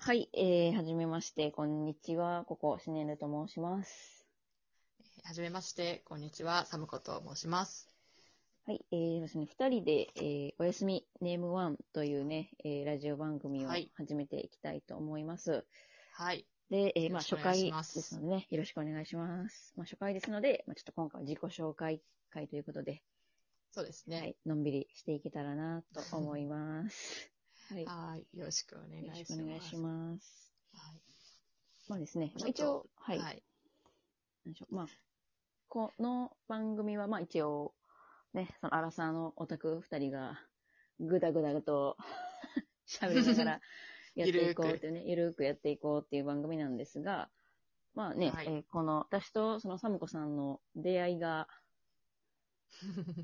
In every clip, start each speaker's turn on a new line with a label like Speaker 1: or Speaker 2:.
Speaker 1: はい、えー、はじめまして、こんにちは。ここ、シネルと申します。
Speaker 2: えーはじめまして、こんにちは、サムコと申します。
Speaker 1: はい、えー、ですね、二人で、えー、おやすみネームワンというね、えー、ラジオ番組を
Speaker 2: はい
Speaker 1: 始めていきたいと思います。
Speaker 2: はい。
Speaker 1: で、えー、
Speaker 2: よ
Speaker 1: まあ、
Speaker 2: ろしく
Speaker 1: 初
Speaker 2: お
Speaker 1: 回
Speaker 2: 願いし
Speaker 1: で
Speaker 2: ます
Speaker 1: すのでね、よろしくお願いします。まあ、初回ですので、まあ、ちょっと今回は自己紹介会ということで、
Speaker 2: そうです
Speaker 1: は
Speaker 2: ね。
Speaker 1: い、のんびりしていけたらなと思います。はい、よ
Speaker 2: はい。よろしくお願いし
Speaker 1: ろ
Speaker 2: ま
Speaker 1: し
Speaker 2: す。
Speaker 1: くお願いします。
Speaker 2: はい
Speaker 1: まあですね、まあ、一
Speaker 2: ちょっ
Speaker 1: 応
Speaker 2: と、
Speaker 1: はい、
Speaker 2: は。
Speaker 1: ないんでしょうまあ、この番組は、まあ一応、ね、そのアラサーのオタク二人が、ぐだぐだと 喋りなが らやっていこうっていうね、ゆるーくやっていこうっていう番組なんですが、まあね、
Speaker 2: はい
Speaker 1: えーこの、私とそのサムコさんの出会い が、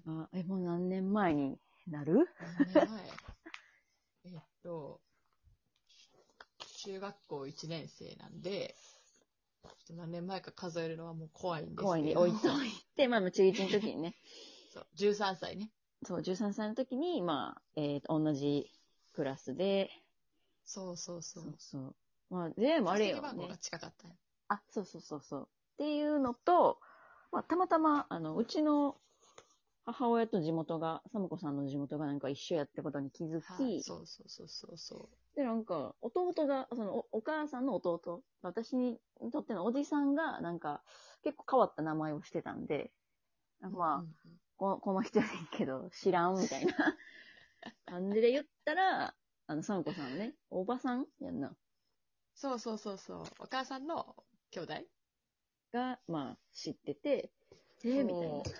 Speaker 1: あえ、もう何年前になる
Speaker 2: 何年前えっと、中学校1年生なんで、ちょっと何年前か数えるのはもう怖いんですけど。
Speaker 1: 怖いに置いといて、まあ中1の時にね、
Speaker 2: そう、13歳ね。
Speaker 1: そう、13歳の時に、まあ、えーと同じクラスで、
Speaker 2: そうそうそ
Speaker 1: そうう。そう。まあ、でもあれよ、
Speaker 2: 出席番号
Speaker 1: ね
Speaker 2: が。近かったね。
Speaker 1: あ、そうそうそうそう。っていうのと、まあ、たまたま、あの、うちの母親と地元が、サムコさんの地元がなんか一緒やってことに気づき、
Speaker 2: はい。そうそうそうそうそう。
Speaker 1: で、なんか、弟が、そのお、お母さんの弟、私にとってのおじさんが、なんか、結構変わった名前をしてたんで、まあ、
Speaker 2: うんうん
Speaker 1: ここの人やねんけど、知らんみ たいな感じで言ったら、あの、サムコさんね、おばさんやんな。
Speaker 2: そうそうそうそう。お母さんの兄弟
Speaker 1: が、まあ、知ってて、えー、みたいな。
Speaker 2: お
Speaker 1: っ
Speaker 2: ー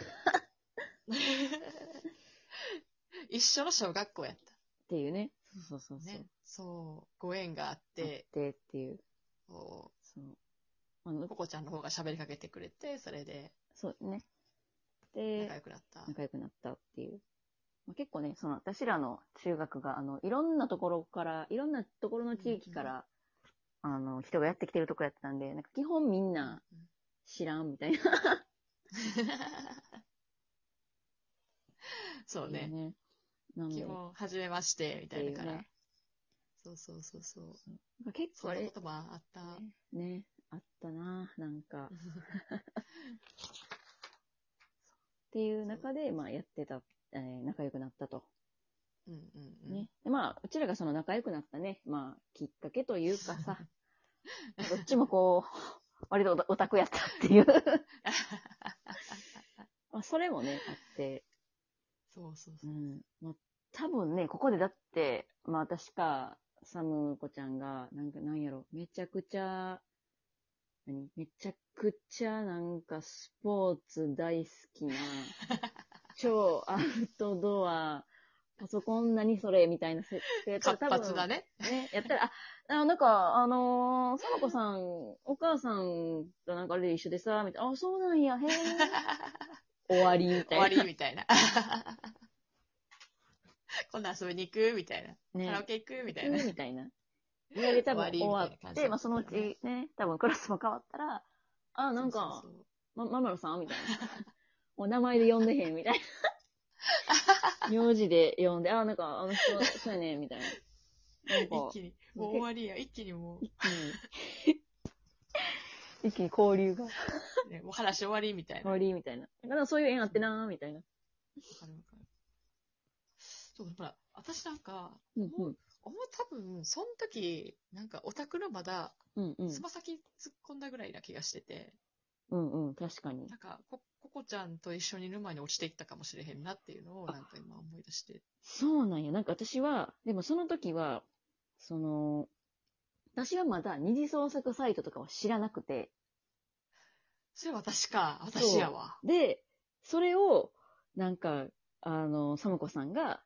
Speaker 2: 一緒の小学校やって
Speaker 1: いうね。そうそうそう
Speaker 2: た
Speaker 1: そう。
Speaker 2: ね。そう、ご縁が
Speaker 1: あ
Speaker 2: あっ、
Speaker 1: っててっていう。
Speaker 2: こ
Speaker 1: そう。あの
Speaker 2: う、ココちゃんの方が喋りかけてくれて、それで
Speaker 1: そうね。
Speaker 2: 仲
Speaker 1: で、
Speaker 2: 良くなった。
Speaker 1: 仲良くなったっていう。まあ、結構ね、その、私らの中学が、あの、いろんなところから、いろんなところの地域から、あの、人がやってきてるとこやったんで、なんか基本みんな
Speaker 2: うん
Speaker 1: 知らんみたいな。
Speaker 2: そうね。
Speaker 1: なんで、
Speaker 2: 基本、はじめまして、みたいなから。
Speaker 1: っていうね
Speaker 2: そうそうそうそう。
Speaker 1: まあ結
Speaker 2: そ
Speaker 1: 構あ
Speaker 2: んな
Speaker 1: れ
Speaker 2: こ、ともあった。
Speaker 1: ね、あったな、なんか。っていう中で、まあ、やってた、えー仲良くなったと。
Speaker 2: うんうんうん。
Speaker 1: ね。でまあ、うちらがその仲良くなったね、まあ、きっかけというか さ、どっちもこう、割とオタクやったって いう。まあ、それもね、あって、
Speaker 2: そうそう
Speaker 1: う
Speaker 2: そう。
Speaker 1: ん。まあ、多分ね、ここでだって、まあ、私か、サムコちゃんが、なんか、なんやろ、めちゃくちゃ、何めちゃくちゃ、なんか、スポーツ大好き な、超アウトドア、パソコン何それみたいなせ、せ
Speaker 2: 活発だ
Speaker 1: ね。
Speaker 2: ね。
Speaker 1: ね、やったら、あ、あなんか、あのー、さまこさん、お母さんとなんかあれで一緒でさ、みたいな、あ、そうなん や、へえ、終わり、みた
Speaker 2: 終わ
Speaker 1: いな。
Speaker 2: りみたいな。 今度遊びに行くみたいな。カラオ
Speaker 1: ね、
Speaker 2: ケ行くみたいな。
Speaker 1: みたいな。で、多分終
Speaker 2: 終わ
Speaker 1: わ
Speaker 2: りみたいな
Speaker 1: っ
Speaker 2: 感じ
Speaker 1: て、まあそのうちね、多分クラスも変わったら、あ、なんか
Speaker 2: そう、そう
Speaker 1: ま、ママロさんみたいな。お名前で呼んでへん、みたいな。名字で呼んで、あ、なんか、あの人、そうやね、みたいな。なん
Speaker 2: そ
Speaker 1: か
Speaker 2: う一、気に。もう終わりや。一気にも
Speaker 1: 一気に、一気に交流が。
Speaker 2: う、ね、もう話終わりみたいな。わ
Speaker 1: 終わりみたいな。なんかそういう縁あってなーみたいな。
Speaker 2: かるわかる。そう、ほら、私なんか、
Speaker 1: うんうん。
Speaker 2: おも多分、その時、なんかオタクのまだ、
Speaker 1: うんうん。
Speaker 2: つま先突っ込んだぐらいな気がしてて、
Speaker 1: うんうん。確かに
Speaker 2: な。んか、こ、ここちゃんと一緒に沼に落ちていったかもしれへんなっていうのを、
Speaker 1: あ
Speaker 2: なんか今思い出して。
Speaker 1: そうなんや。なんか私は、でもその時は、その、私はまだ二次創作サイトとかは知らなくて、
Speaker 2: それ私か、
Speaker 1: そう
Speaker 2: 私やわ。
Speaker 1: で、それを、なんか、あの、サムコさんが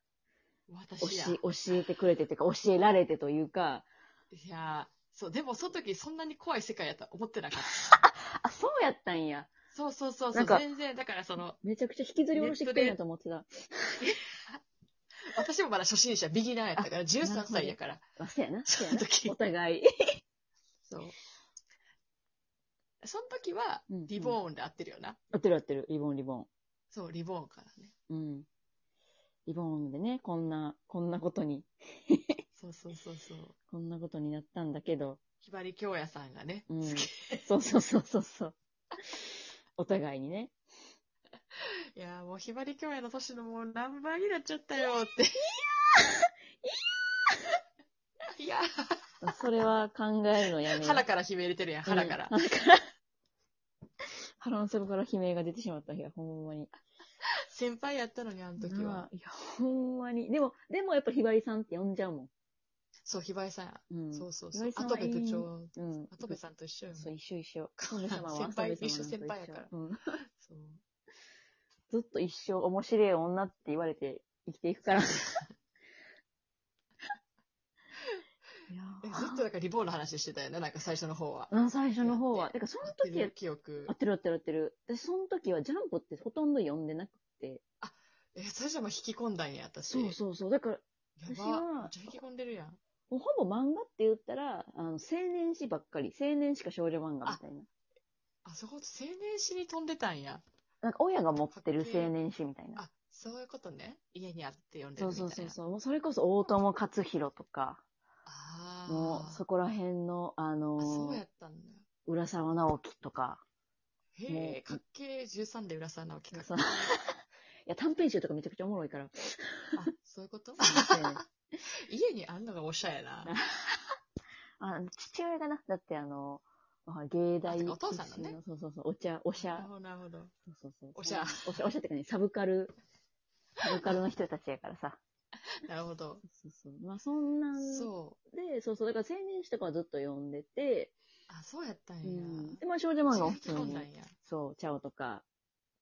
Speaker 1: 教
Speaker 2: 私や。
Speaker 1: え、教えてくれてっていうか、教えられてというか、
Speaker 2: いやーそう、でもその時そんなに怖い世界やとは思ってなかった。
Speaker 1: あ、そうやったんや。
Speaker 2: そうそうそう
Speaker 1: な
Speaker 2: そ
Speaker 1: ん
Speaker 2: う、
Speaker 1: か
Speaker 2: 全然、だからその、
Speaker 1: めちゃくちゃ引きずり下ろしてきてるなと思ってた。
Speaker 2: 私もまだ初心者、ビギナーやったから、
Speaker 1: なる
Speaker 2: 13
Speaker 1: ほど
Speaker 2: 歳やから、
Speaker 1: あ、そうやな。そうやな
Speaker 2: その時。
Speaker 1: お互い。
Speaker 2: そう。その時は、
Speaker 1: うんうん
Speaker 2: リボーンで合ってるよな。
Speaker 1: 合ってる合ってる。リボンリボン。
Speaker 2: そう、リボーンからね。
Speaker 1: うん。リボンでね、こんな、こんなことに。
Speaker 2: そうそうそうそう。
Speaker 1: こんなことになったんだけど、
Speaker 2: ひばり京也さんがね、
Speaker 1: うん
Speaker 2: 好き。
Speaker 1: そうそうそうそうそう。お互いにね。
Speaker 2: いやーもうひばり京也の年のもう何倍になっちゃったよって。いやーいや
Speaker 1: それは考えるのやめ
Speaker 2: ー
Speaker 1: よう。
Speaker 2: 腹から悲鳴入れてるやん、腹から。
Speaker 1: うん腹から。腹の底から悲鳴が出てしまった日は、ほんまに。
Speaker 2: 先輩やったのに、あの時
Speaker 1: な
Speaker 2: は
Speaker 1: あ。いや、ほんまに。でも、でもやっぱひばりさんって呼んじゃうも
Speaker 2: そう、ひばりさん。
Speaker 1: ん。うん。
Speaker 2: そうそう
Speaker 1: ひば
Speaker 2: そう。
Speaker 1: り
Speaker 2: 後
Speaker 1: さん
Speaker 2: 部
Speaker 1: は永遠
Speaker 2: 部
Speaker 1: に
Speaker 2: 長。
Speaker 1: うん。
Speaker 2: 後部さんと一緒よ。
Speaker 1: そう、
Speaker 2: そう。
Speaker 1: 一緒一 緒。神戸様は
Speaker 2: 先
Speaker 1: 神戸
Speaker 2: 輩
Speaker 1: 様
Speaker 2: 一緒先輩やから
Speaker 1: うん。ずっと一生面白い女って言われて生きていく から。いや
Speaker 2: えず
Speaker 1: ー
Speaker 2: っとだからリボーの話してたよね、なんか最初の方は。
Speaker 1: うん最初の方
Speaker 2: やっ
Speaker 1: は。て
Speaker 2: て
Speaker 1: か、その
Speaker 2: って
Speaker 1: 時は
Speaker 2: る、記憶
Speaker 1: 合っ。てる合ってる合ってる。私、その時はジャンプってほとんど読んでなくて。
Speaker 2: え、最初はもう引き込んだんや、私。
Speaker 1: そうそうそう。だから、
Speaker 2: や
Speaker 1: 私
Speaker 2: ば。
Speaker 1: は
Speaker 2: めっちゃ引き込んでるやん。
Speaker 1: もうほぼ漫画って言ったら、あの、青年誌ばっかり。青年誌か少女漫画みたいな。
Speaker 2: あそこ、青年誌に飛んでたんや。
Speaker 1: なんか親が持ってる青年誌みたいな。
Speaker 2: あ、そういうことね。家にあって読んで
Speaker 1: そ
Speaker 2: る
Speaker 1: う
Speaker 2: みた
Speaker 1: そうそ
Speaker 2: いな。
Speaker 1: うそう。もうそれこそ大友克弘とか、
Speaker 2: ああ。
Speaker 1: もうそこら辺の、あ
Speaker 2: あそうや
Speaker 1: の、
Speaker 2: ったんだ。
Speaker 1: 浦沢直樹とか、
Speaker 2: へえ、かっけえ13で浦沢直樹かっけ
Speaker 1: そういや、短編集とかめちゃくちゃおもろい から。
Speaker 2: えあ、そういうこと家にあんのがおしゃやな。
Speaker 1: あ父親がな、だってあの、あ芸大
Speaker 2: あてかお父さんのね
Speaker 1: 出身そうそうそう、お茶、おし
Speaker 2: なる
Speaker 1: ゃ、
Speaker 2: ほど、なるほど。
Speaker 1: そうそうそう。
Speaker 2: おしゃ
Speaker 1: おしゃ、おしゃってかね、サブカル、サブカルの人たちやからさ。
Speaker 2: なるほど。
Speaker 1: そうそうそう。まあそんなん
Speaker 2: そう。
Speaker 1: で、そうそう、だから青年誌とかはずっと読んでて、
Speaker 2: あ、そうやったんや。
Speaker 1: うん、で、まあ少女漫画も普通
Speaker 2: そう
Speaker 1: に
Speaker 2: な、んや。
Speaker 1: そう、チャオとか、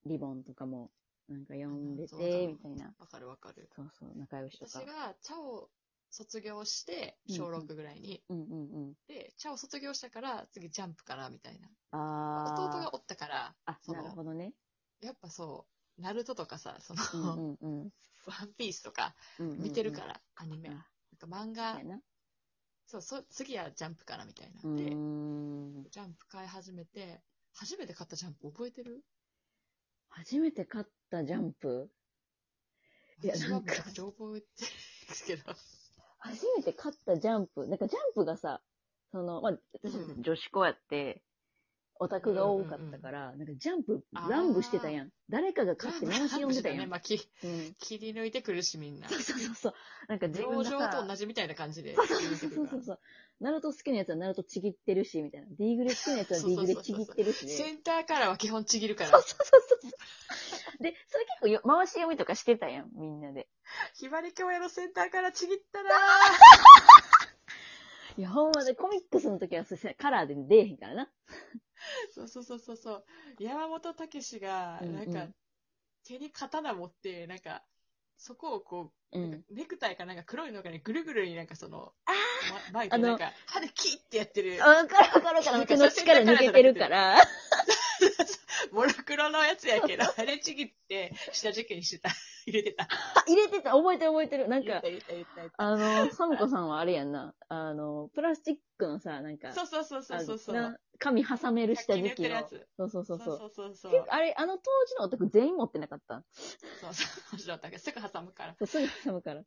Speaker 1: リボンとかも、なんか読んで
Speaker 2: あそうだ
Speaker 1: て、みたいな。
Speaker 2: わかるわかる。
Speaker 1: そうそう、仲良しと
Speaker 2: 私
Speaker 1: か。
Speaker 2: が、チャオ卒業して、
Speaker 1: うん
Speaker 2: 小6ぐらいに。
Speaker 1: うんうんうん。
Speaker 2: で、チャオ卒業したから、次ジャンプから、みたいな。
Speaker 1: あー。
Speaker 2: 弟がおったから、
Speaker 1: あ、
Speaker 2: その
Speaker 1: なるほどね。
Speaker 2: やっぱそう、ナルトとかさ、その、
Speaker 1: うんうんうん
Speaker 2: ワンピースとか、
Speaker 1: うんうん。
Speaker 2: 見てるから、アニメ。
Speaker 1: あ。
Speaker 2: なんか
Speaker 1: そ
Speaker 2: 漫
Speaker 1: う
Speaker 2: 画
Speaker 1: や、な。
Speaker 2: そう、そう次はジャンプからみたいうな。で、
Speaker 1: ーん。
Speaker 2: ジャンプ買い始めて、初めて買ったジャンプ覚えてる
Speaker 1: 初めて買ったジャンプいや
Speaker 2: 私は
Speaker 1: なんか
Speaker 2: めちゃくちゃ覚えてるんですけど。
Speaker 1: 初めて買ったジャンプ。なんかジャンプがさ、その、まあ、私たち女子校やって、オタクが多かったから、なんかジャンプ
Speaker 2: あー
Speaker 1: 乱舞してたやん。誰かが買って回し読んでた や
Speaker 2: ね、
Speaker 1: ん。
Speaker 2: まあ、き
Speaker 1: うん。
Speaker 2: 切り抜いてくるし、みんな
Speaker 1: そ。うそうそうそう。なんか自分
Speaker 2: 上
Speaker 1: の
Speaker 2: 場と同
Speaker 1: さ、
Speaker 2: じみたいな感じで。
Speaker 1: そうそうそうそうそうそう。ナルト好きなやつはナルトちぎってるし、みたいな。ディーグレ好きなやつはディーグレちぎってるしで。
Speaker 2: センターからは基本ちぎるか
Speaker 1: そ
Speaker 2: ら
Speaker 1: う。そうそうそう。で、それ結構よ回し読みとかしてたやん、みんなで。
Speaker 2: ひばり京也のセンターからちぎっ たら
Speaker 1: いや、ほんまで、コミックスの時はそうせカラーで出えへんからな。
Speaker 2: そうそうそうそうそう。山本武が、
Speaker 1: うん
Speaker 2: な
Speaker 1: うん
Speaker 2: んか、手に刀持って、なんか、そこをこ
Speaker 1: う
Speaker 2: う、なん
Speaker 1: ん
Speaker 2: か。ネクタイかなんか黒いのがね、ぐるぐるになんかその、
Speaker 1: あ
Speaker 2: ま巻いて
Speaker 1: あの
Speaker 2: なんか、歯でキーってやってる
Speaker 1: あ、わかるわかるわかる。肉の力抜けてるから。
Speaker 2: モロクロのやつやけど、あれちぎって、下敷きにしてた。 入れてた。
Speaker 1: あ、入れてた。覚えてる覚えてる。なん
Speaker 2: 入れ
Speaker 1: か
Speaker 2: た、入れた入れた入れた
Speaker 1: あの、サムコさんはあれやんな。あの、プラスチックのさ、なんか、
Speaker 2: そうそうそうそうそうそう。
Speaker 1: あのな紙挟める下敷
Speaker 2: 100均
Speaker 1: き
Speaker 2: で売っ
Speaker 1: の
Speaker 2: て。るやつ
Speaker 1: そうそうそ
Speaker 2: そう
Speaker 1: そ。
Speaker 2: うそううそうそう。
Speaker 1: 結構あれ、あの当時のオタク全員持ってなかった。
Speaker 2: そうそう。面白かったけど、すぐ挟むから。
Speaker 1: そうすぐ挟むから。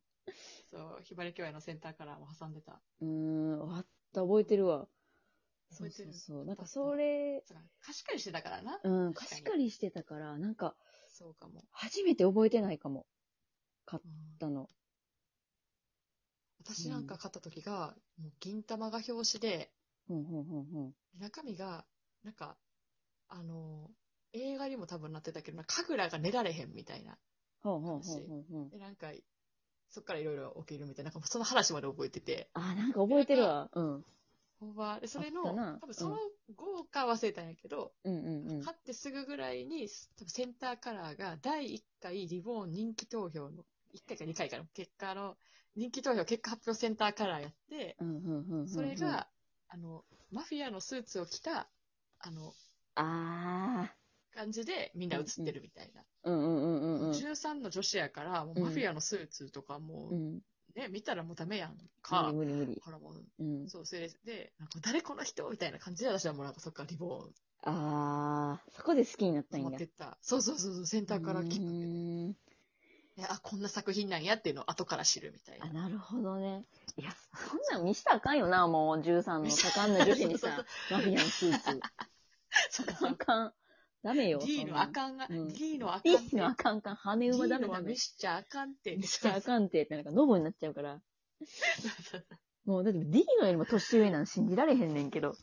Speaker 2: そう、ひばり教会のセンターからも挟んでた。
Speaker 1: うーん、わった、覚えてるわ。そ
Speaker 2: 覚
Speaker 1: う
Speaker 2: えて
Speaker 1: そう
Speaker 2: る
Speaker 1: そう。なんかそれ、
Speaker 2: そう貸し借りしてたからな。
Speaker 1: うん、
Speaker 2: 確か
Speaker 1: 貸
Speaker 2: に
Speaker 1: し借りしてたから、なんか、
Speaker 2: そうかも。
Speaker 1: 初めて覚えてないかも。
Speaker 2: うん
Speaker 1: だの。
Speaker 2: 私なんか買った時が、もう銀玉が表紙で、
Speaker 1: うん、うん、うん、うん。
Speaker 2: 中身が、なんか、あの、映画にも多分なってたけど、なんか神楽が寝られへんみたいな。
Speaker 1: ほうほうほうほうほう。
Speaker 2: で、なんか、そっからいろいろ起きるみたいな、なんかその話まで覚えてて。
Speaker 1: あ、なんか覚えてるわ。うん。うん
Speaker 2: ほんまで、それ
Speaker 1: あった
Speaker 2: の
Speaker 1: な、
Speaker 2: 多分その後か忘れたんやけど、
Speaker 1: うんうん。
Speaker 2: 買ってすぐぐらいに、多分センターカラーが第1回リボーン人気投票の、1回か2回かの結果の、人気投票結果発表センターカラーやって、
Speaker 1: うんうんうんうんうん。
Speaker 2: それが、あの、マフィアのスーツを着た、あの、
Speaker 1: ああ。
Speaker 2: 感じでみんな写ってるみたいな。
Speaker 1: うんうんうんうんうん。
Speaker 2: 13の女子やから、もう
Speaker 1: うん
Speaker 2: マフィアのスーツとかも
Speaker 1: う。
Speaker 2: うんね、見たらもうダメやんか。
Speaker 1: 無理無理無理。
Speaker 2: ほらもう、
Speaker 1: うん。
Speaker 2: そう、それで、なんか誰この人みたいな感じで私はもうなんかそっからリボ
Speaker 1: ああ。そこで好きになった
Speaker 2: ン
Speaker 1: ん
Speaker 2: 持っ
Speaker 1: だ
Speaker 2: て。った。そうそうそうそう、センターからき
Speaker 1: う
Speaker 2: っかけで。
Speaker 1: ーん
Speaker 2: であ、こんな作品なんやっていうのを後から知るみたい
Speaker 1: あ、
Speaker 2: な。
Speaker 1: なるほどね。いや、なの見したらあかんよ な、もう13の多感な女子にさ、マフィアのスーツ。
Speaker 2: そうかそ
Speaker 1: あ
Speaker 2: うか。
Speaker 1: かん。ダメよ。
Speaker 2: D のあかんが、
Speaker 1: うん
Speaker 2: D のあかんって。
Speaker 1: いいのあかんかん。羽
Speaker 2: D
Speaker 1: 馬ダメ
Speaker 2: の
Speaker 1: ダ
Speaker 2: は
Speaker 1: メ
Speaker 2: 見。しちゃあかんって。
Speaker 1: 見したらあかんってって、なんかノブになっちゃうから。
Speaker 2: そう
Speaker 1: もうだって D のよりも年上なん信じられへんねんけど。
Speaker 2: も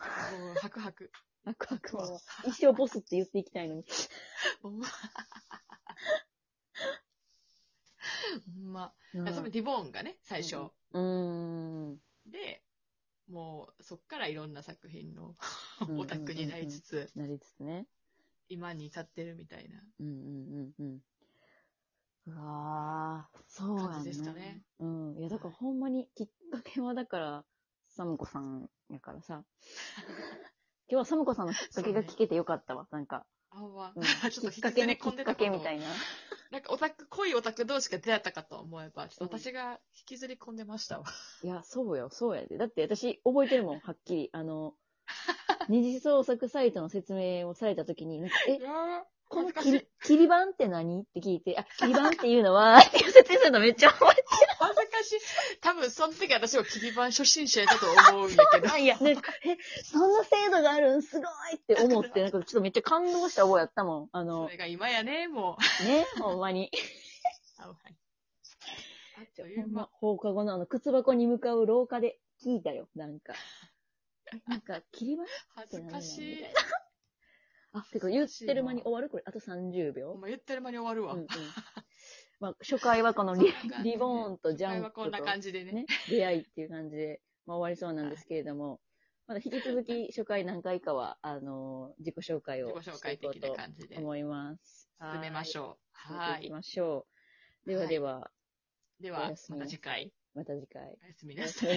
Speaker 2: う、ハクハク。
Speaker 1: あくあくは。一生ボスって言っていきたいのに。
Speaker 2: ほんま。 ほんま。
Speaker 1: うん
Speaker 2: そのディボーンがね、最初。
Speaker 1: うーん。
Speaker 2: で、もう、そっからいろんな作品の
Speaker 1: うんうんうんうん
Speaker 2: オタクになりつつ、
Speaker 1: なりつつね。
Speaker 2: 今に至ってるみたいな
Speaker 1: うんうんうんうん。うわぁ、そうやな。
Speaker 2: 感じですかね。
Speaker 1: うん。いや、だからほんまに、きっかけはだから、サムコさんやから さ。今日はサムコさんのきっかけが聞けてよかったわ。なんか、
Speaker 2: あんま、
Speaker 1: うん
Speaker 2: ち
Speaker 1: き
Speaker 2: ょっ
Speaker 1: っ
Speaker 2: と
Speaker 1: かけの
Speaker 2: ね
Speaker 1: き
Speaker 2: 込ん
Speaker 1: っ
Speaker 2: で
Speaker 1: か
Speaker 2: たこ
Speaker 1: け
Speaker 2: と
Speaker 1: み
Speaker 2: を
Speaker 1: たいな。
Speaker 2: なんかオタク、濃いオタク同士が出会ったかと思えば、ちょっと
Speaker 1: うん
Speaker 2: 私が引きずり込んでましたわ。
Speaker 1: いや、そうよ、そうやで。だって私、覚えてるもん、はっきり。あの、二次創作サイトの説明をされたときに、なんか、え
Speaker 2: い、や
Speaker 1: この
Speaker 2: 恥ずかし
Speaker 1: 切
Speaker 2: い
Speaker 1: り切り板って何って聞いて、あ、切り板っていうのは、って説明するのめっちゃ覚えて
Speaker 2: ー恥ずかしい。多分、その時私は切り板初心者だと思うんだ けど。
Speaker 1: ないや。なんか、え、そんな制度があるんすごいって思って、なんかちょっとめっちゃ感動した覚えやったもん。あ
Speaker 2: そ
Speaker 1: の、
Speaker 2: れが今やね、もう。
Speaker 1: ね、ほんまに。
Speaker 2: あはいあっとい
Speaker 1: ほ
Speaker 2: うん
Speaker 1: ま
Speaker 2: 間。、
Speaker 1: 放課後のあの、靴箱に向かう廊下で聞いたよ、なんか。えなんか、切り板
Speaker 2: 恥ずかしい。
Speaker 1: あ、てか言ってる間に終わるこれ、あと30秒
Speaker 2: お。前言ってる間に終わるわ。
Speaker 1: うんうんまあ、初回はこのリ
Speaker 2: そんな感じで
Speaker 1: リボーンとジャ
Speaker 2: 今回
Speaker 1: ン
Speaker 2: は
Speaker 1: プ
Speaker 2: ことんな感じでね。
Speaker 1: ね、出会いっていう感じで、まあ、終わりそうなんですけれども、まだ引き続き初回何回かは、あのー自己紹介
Speaker 2: 自
Speaker 1: を
Speaker 2: 己紹
Speaker 1: してい
Speaker 2: 介
Speaker 1: こう
Speaker 2: 的な
Speaker 1: と
Speaker 2: 感じで
Speaker 1: 思います。
Speaker 2: 進めまし
Speaker 1: ょ
Speaker 2: ょう。
Speaker 1: う
Speaker 2: は
Speaker 1: 進めていき
Speaker 2: い。
Speaker 1: ましょう。ではでは、
Speaker 2: で
Speaker 1: お
Speaker 2: は
Speaker 1: や、す
Speaker 2: ま
Speaker 1: み
Speaker 2: た次回。
Speaker 1: また次回。
Speaker 2: おやすみなさい。